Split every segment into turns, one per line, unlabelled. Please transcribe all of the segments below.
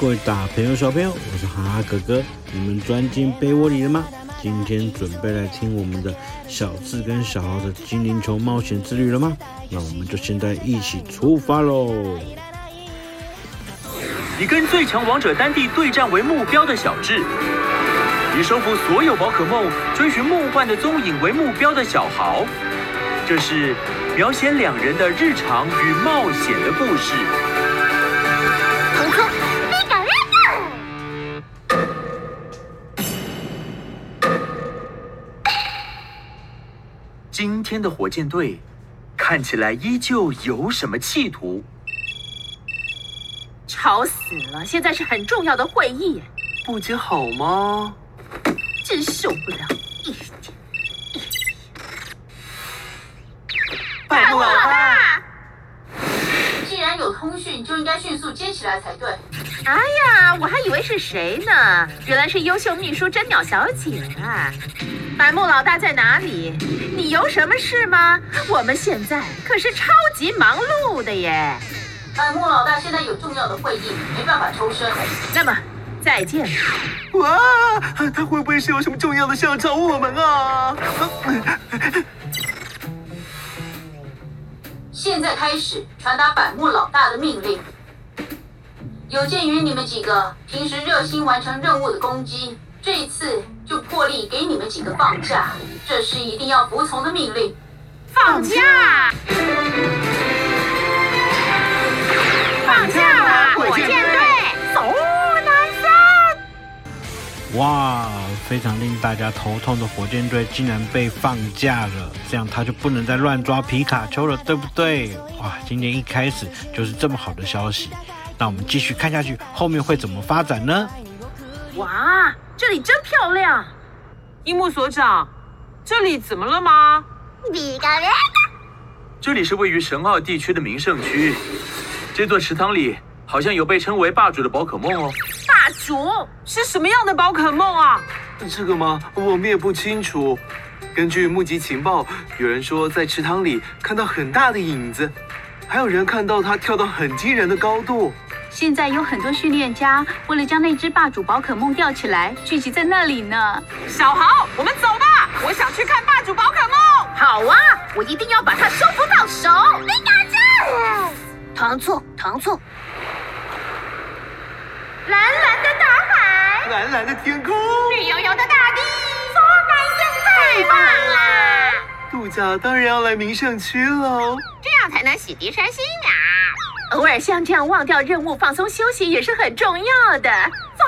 各位大朋友、小朋友，我是哈哈哥哥，你们钻进被窝里了吗？今天准备来听我们的小智跟小豪的精灵球冒险之旅了吗？那我们就现在一起出发喽！
以跟最强王者丹帝对战为目标的小智，以收服所有宝可梦、追寻梦幻的踪影为目标的小豪，这是描写两人的日常与冒险的故事。
航空飞赶乱斗。
今天的火箭队看起来依旧有什么企图，
吵死了！现在是很重要的会议，
不接好吗？
真受不了！一点
拜托
啊
了啊
啦！
既然有通讯，就应该迅速接起来才对。
哎呀，我还以为是谁呢，原来是优秀秘书真鸟小姐啊！白木老大在哪里？你有什么事吗？我们现在可是超级忙碌的耶。
呃，莫老大现在有重要的会议，没办法抽身。
那么，再见。
哇，他会不会是有什么重要的事要找我们啊？
现在开始传达板木老大的命令。有鉴于你们几个平时热心完成任务的攻击，这一次就破例给你们几个放假，这是一定要服从的命令。
放假！放假啦！火箭队，走南山！
哇，非常令大家头痛的火箭队竟然被放假了，这样他就不能再乱抓皮卡丘了，对不对？哇，今天一开始就是这么好的消息，那我们继续看下去，后面会怎么发展呢？
哇，这里真漂亮！
樱木所长，这里怎么了吗？
比个乱
这里是位于神奥地区的名胜区，这座池塘里好像有被称为霸主的宝可梦哦。
霸主，
是什么样的宝可梦啊？
这个吗？我们也不清楚。根据目击情报，有人说在池塘里看到很大的影子，还有人看到它跳到很惊人的高度。
现在有很多训练家为了将那只霸主宝可梦吊起来，聚集在那里呢。
小豪，我们走吧，我想去看霸主宝可梦。
好啊，我一定要把它收服到手！皮卡丘，糖醋，糖醋，蓝蓝的大海，
蓝蓝的天空，
绿油油的大地，索南山太棒啦！
度假当然要来名胜区喽。
这样才能洗涤身心啊！偶尔像这样忘掉任务、放松休息也是很重要的。走，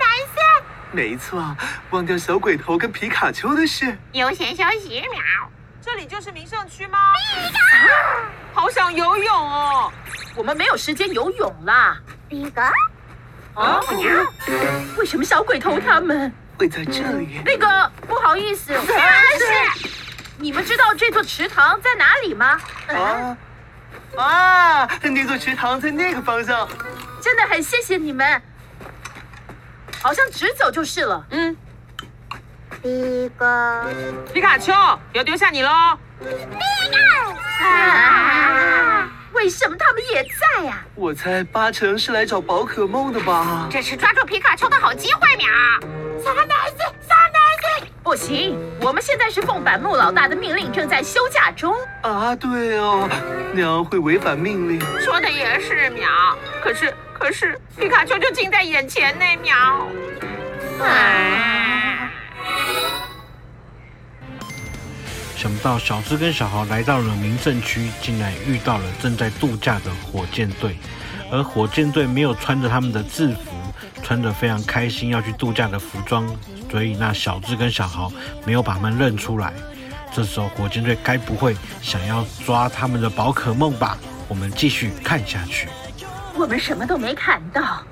男生。
没错，忘掉小鬼头跟皮卡丘的事。
悠闲休息一秒。
这里就是名胜区吗？好想游泳哦！
我们没有时间游泳啦。
比个
哦，为什么小鬼头他们？
会在这里？
那个不好意思，是你们知道这座池塘在哪里吗？嗯，
啊啊！那座池塘在那个方向。
真的很谢谢你们，好像直走就是了。
嗯，
比个
皮卡丘要丢下你喽！
啊，为什么他们也在呀、
我猜八成是来找宝可梦的吧？
这是抓住皮卡丘的好机会秒！撒奶子，撒奶子！不行，我们现在是奉板木老大的命令，正在休假中。
啊，对哦，那样会违反命令。
说的也是秒，可是可是皮卡丘就近在眼前呢，秒！
啊
想不到小智跟小豪来到了名胜区，竟然遇到了正在度假的火箭队，而火箭队没有穿着他们的制服，穿着非常开心要去度假的服装，所以那小智跟小豪没有把他们认出来。这时候火箭队该不会想要抓他们的宝可梦吧？ 我们继续看下去。
我们什么都没看到，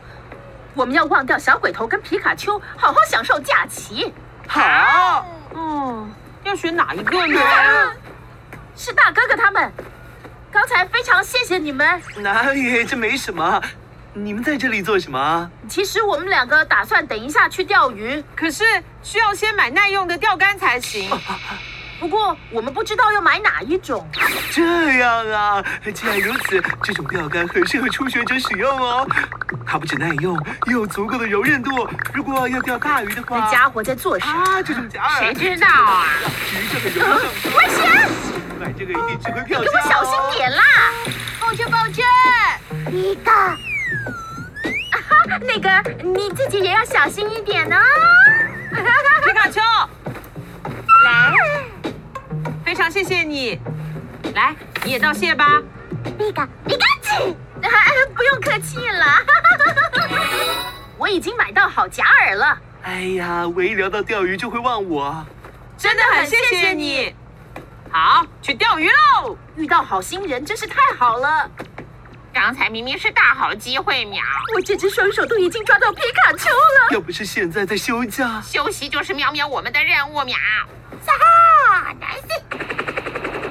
我们要忘掉小鬼头跟皮卡丘，好好享受假期。
好，嗯，要选哪一个呢？
是大哥哥他们，刚才非常谢谢你们。
哪里？这没什么。你们在这里做什么啊？
其实我们两个打算等一下去钓鱼，
可是需要先买耐用的钓竿才行。
不过我们不知道要买哪一种。
这样啊，既然如此，这种钓竿很适合初学者使用哦。它不止耐用，也有足够的柔韧度。如果要钓大鱼的话，
这家伙在做什么？
啊，这种夹饵，
谁知道啊？
鱼就很容易上钩。
危险！
买这个一定吃回票
给我
价、哦。
小心！点啦！抱歉抱歉。
你的
啊哈，那个你自己也要小心一点哦。
皮卡丘，来，非常谢谢你，来，你也道谢吧。
那个你赶紧。
啊 不用客气了，我已经买到好假饵了。
哎呀，我一聊到钓鱼就会忘我。
真的很谢谢你。好，去钓鱼喽！
遇到好心人真是太好了，
刚才明明是大好机会秒，
我这只双手都已经抓到皮卡丘了。
要不是现在在休假，
休息就是喵喵我们的任务秒。
啊，难死！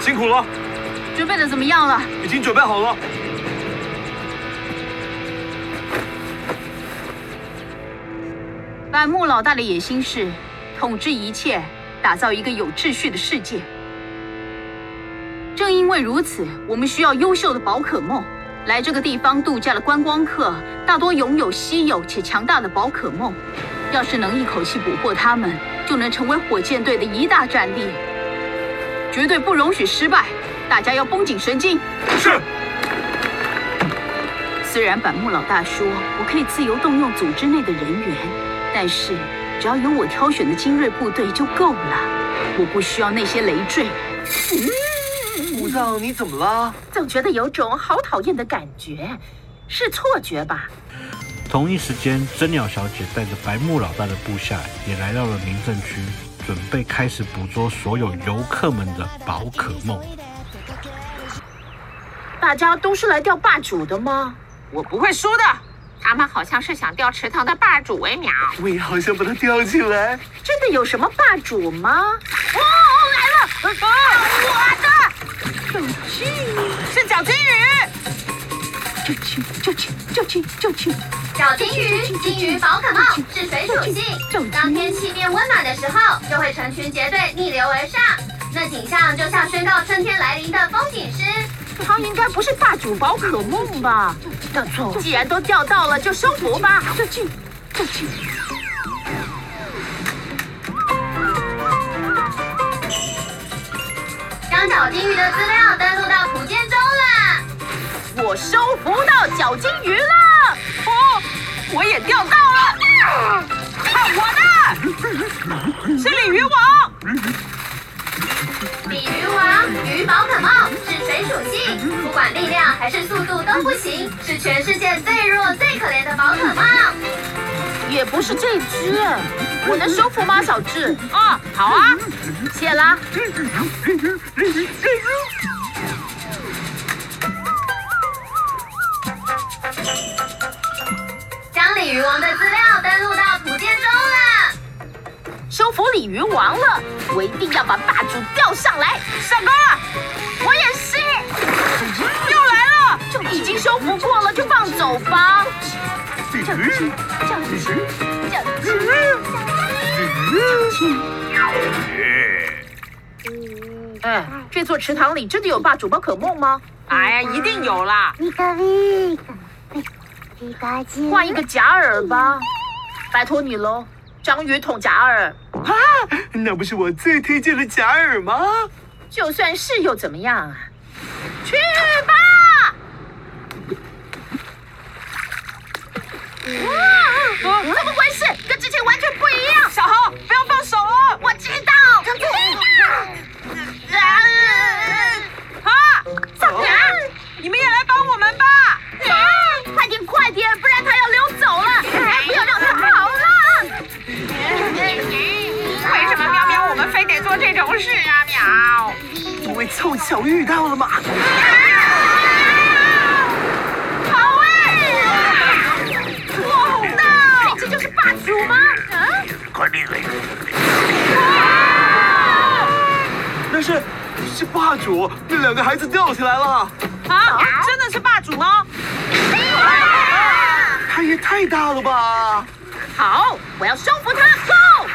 辛苦了，
准备的怎么样了？
已经准备好了。
板木老大的野心是统治一切，打造一个有秩序的世界。正因为如此，我们需要优秀的宝可梦。来这个地方度假的观光客大多拥有稀有且强大的宝可梦，要是能一口气捕获它们，就能成为火箭队的一大战力。绝对不容许失败，大家要绷紧神经。
是。
虽然板木老大说我可以自由动用组织内的人员，但是只要有我挑选的精锐部队就够了，我不需要那些累赘。
武藏，你怎么了？
总觉得有种好讨厌的感觉，是错觉吧？
同一时间，真鸟小姐带着白木老大的部下也来到了民政区，准备开始捕捉所有游客们的宝可梦。
大家都是来钓霸主的吗？
我不会输的。他们好像是想钓池塘的霸主为秒，
我也好想把它钓起来。
真的有什么霸主吗？
哦
是小金鱼。
就去就去就去就去！
小金鱼，金鱼宝可梦是水属性，当天气变温暖的时候，就会成群结队逆流而上，那景象就像宣告春天来临的风景诗。
它应该不是霸主宝可梦吧？那错，既然都钓到了，就收服吧。
就去就去！
将小金鱼的资料登录到普建中啦。
我收服到小金鱼了！哦，我也钓到了！看我的， 是鲤鱼王！
鲤鱼王鱼宝可梦是水属性，不管力量还是速度都不行，是全世界最弱最可怜的宝可梦。
也不是这只，我能收服吗，小智？
哦，好啊，
谢啦。
将鲤鱼王的资料登录到图鉴中了。
收服鲤鱼王了，我一定要把霸主钓上来！闪哥，我也是，又来了，就已经收服过了，就放走吧。
鲤鱼，
哎，这座池塘里真的有霸主宝可梦吗？
哎呀，一定有啦。
皮卡皮卡皮卡丘，
换一个假饵吧，拜托你喽，章鱼桶假饵，
那不是我最推荐的假饵吗？
就算是又怎么样啊？去吧！哇，怎么回事？跟之前完全不一样！
小猴，不要放手哦！
我知道，
啊，
怎么
你们也来帮我们吧。
快点快点，不然它要溜走了！哎不要让它跑了！
为什么喵喵我们非得做这种事啊？喵，
因为凑巧遇到了嘛。
跑哎！我红的，这就是霸主吗？啊！
但是，是霸主，那两个孩子钓起来了，
啊，真的是霸主哦！
太也太大了吧！
好，我要收服它，Go！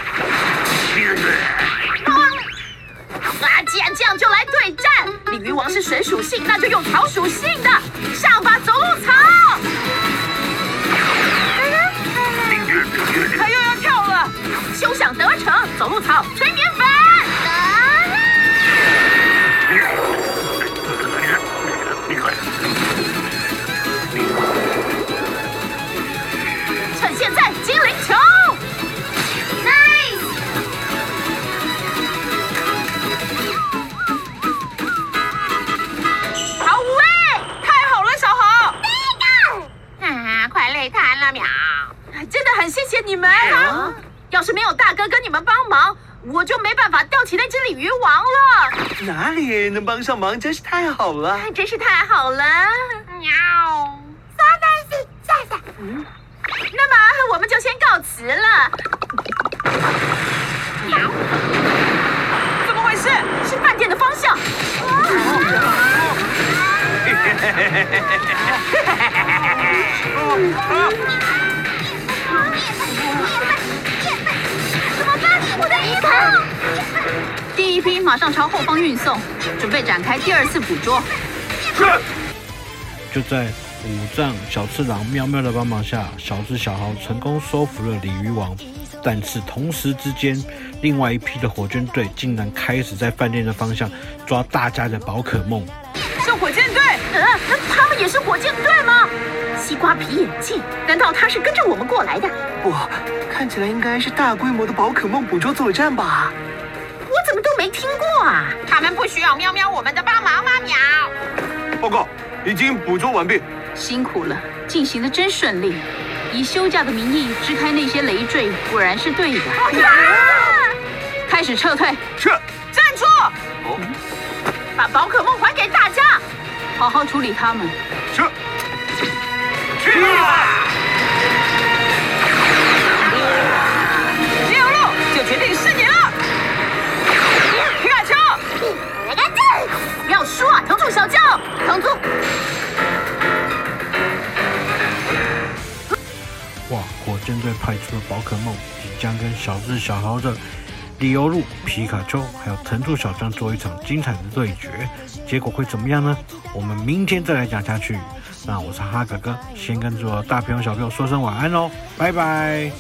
啊，既然这样就来对战，鲤鱼王是水属性，那就用草属性的上法走路草。
它又要跳了，
休想得逞！走路草催眠粉，趁现在精灵球，nice！好无畏，
太好了，小豪，
啊，快累瘫了喵！哎真的很谢谢你们、啊，要是没有大哥跟你们帮忙，我就没办法钓起那只鲤鱼王了，
哪里能帮上忙，真是太好了。
哎真是太好了。喵。那么我们就先告辞了。
怎么回事？
是饭店的方向。
怎么办？我的鱼头！
第一批马上朝后方运送，准备展开第二次捕捉。
就在五藏小次郎喵喵的帮忙下，小智小豪成功收服了鲤鱼王。但是同时之间，另外一批的火箭队竟然开始在饭店的方向抓大家的宝可梦。
是火箭队，
呃，他们也是火箭队吗？西瓜皮眼镜，难道他是跟着我们过来的？
哇，看起来应该是大规模的宝可梦捕捉作战吧？
我怎么都没听过啊！
他们不需要喵喵我们的帮忙吗？喵。
报告，已经捕捉完毕。
辛苦了，进行的真顺利。以休假的名义支开那些累赘，果然是对的。开始撤退，
是，
站住！
把宝可梦还给大家！
好好处理他们。
是，去吧！
只有路就决定是你了。皮卡丘，
来干净！不要输啊，藤主小将，藤主，
哇！火箭队派出的宝可梦即将跟小智、小豪的里欧路、皮卡丘还有藤兔小将做一场精彩的对决，结果会怎么样呢？我们明天再来讲哦下去。那我是哈哈哥哥，先跟所有大朋友小朋友说声晚安喽，拜拜。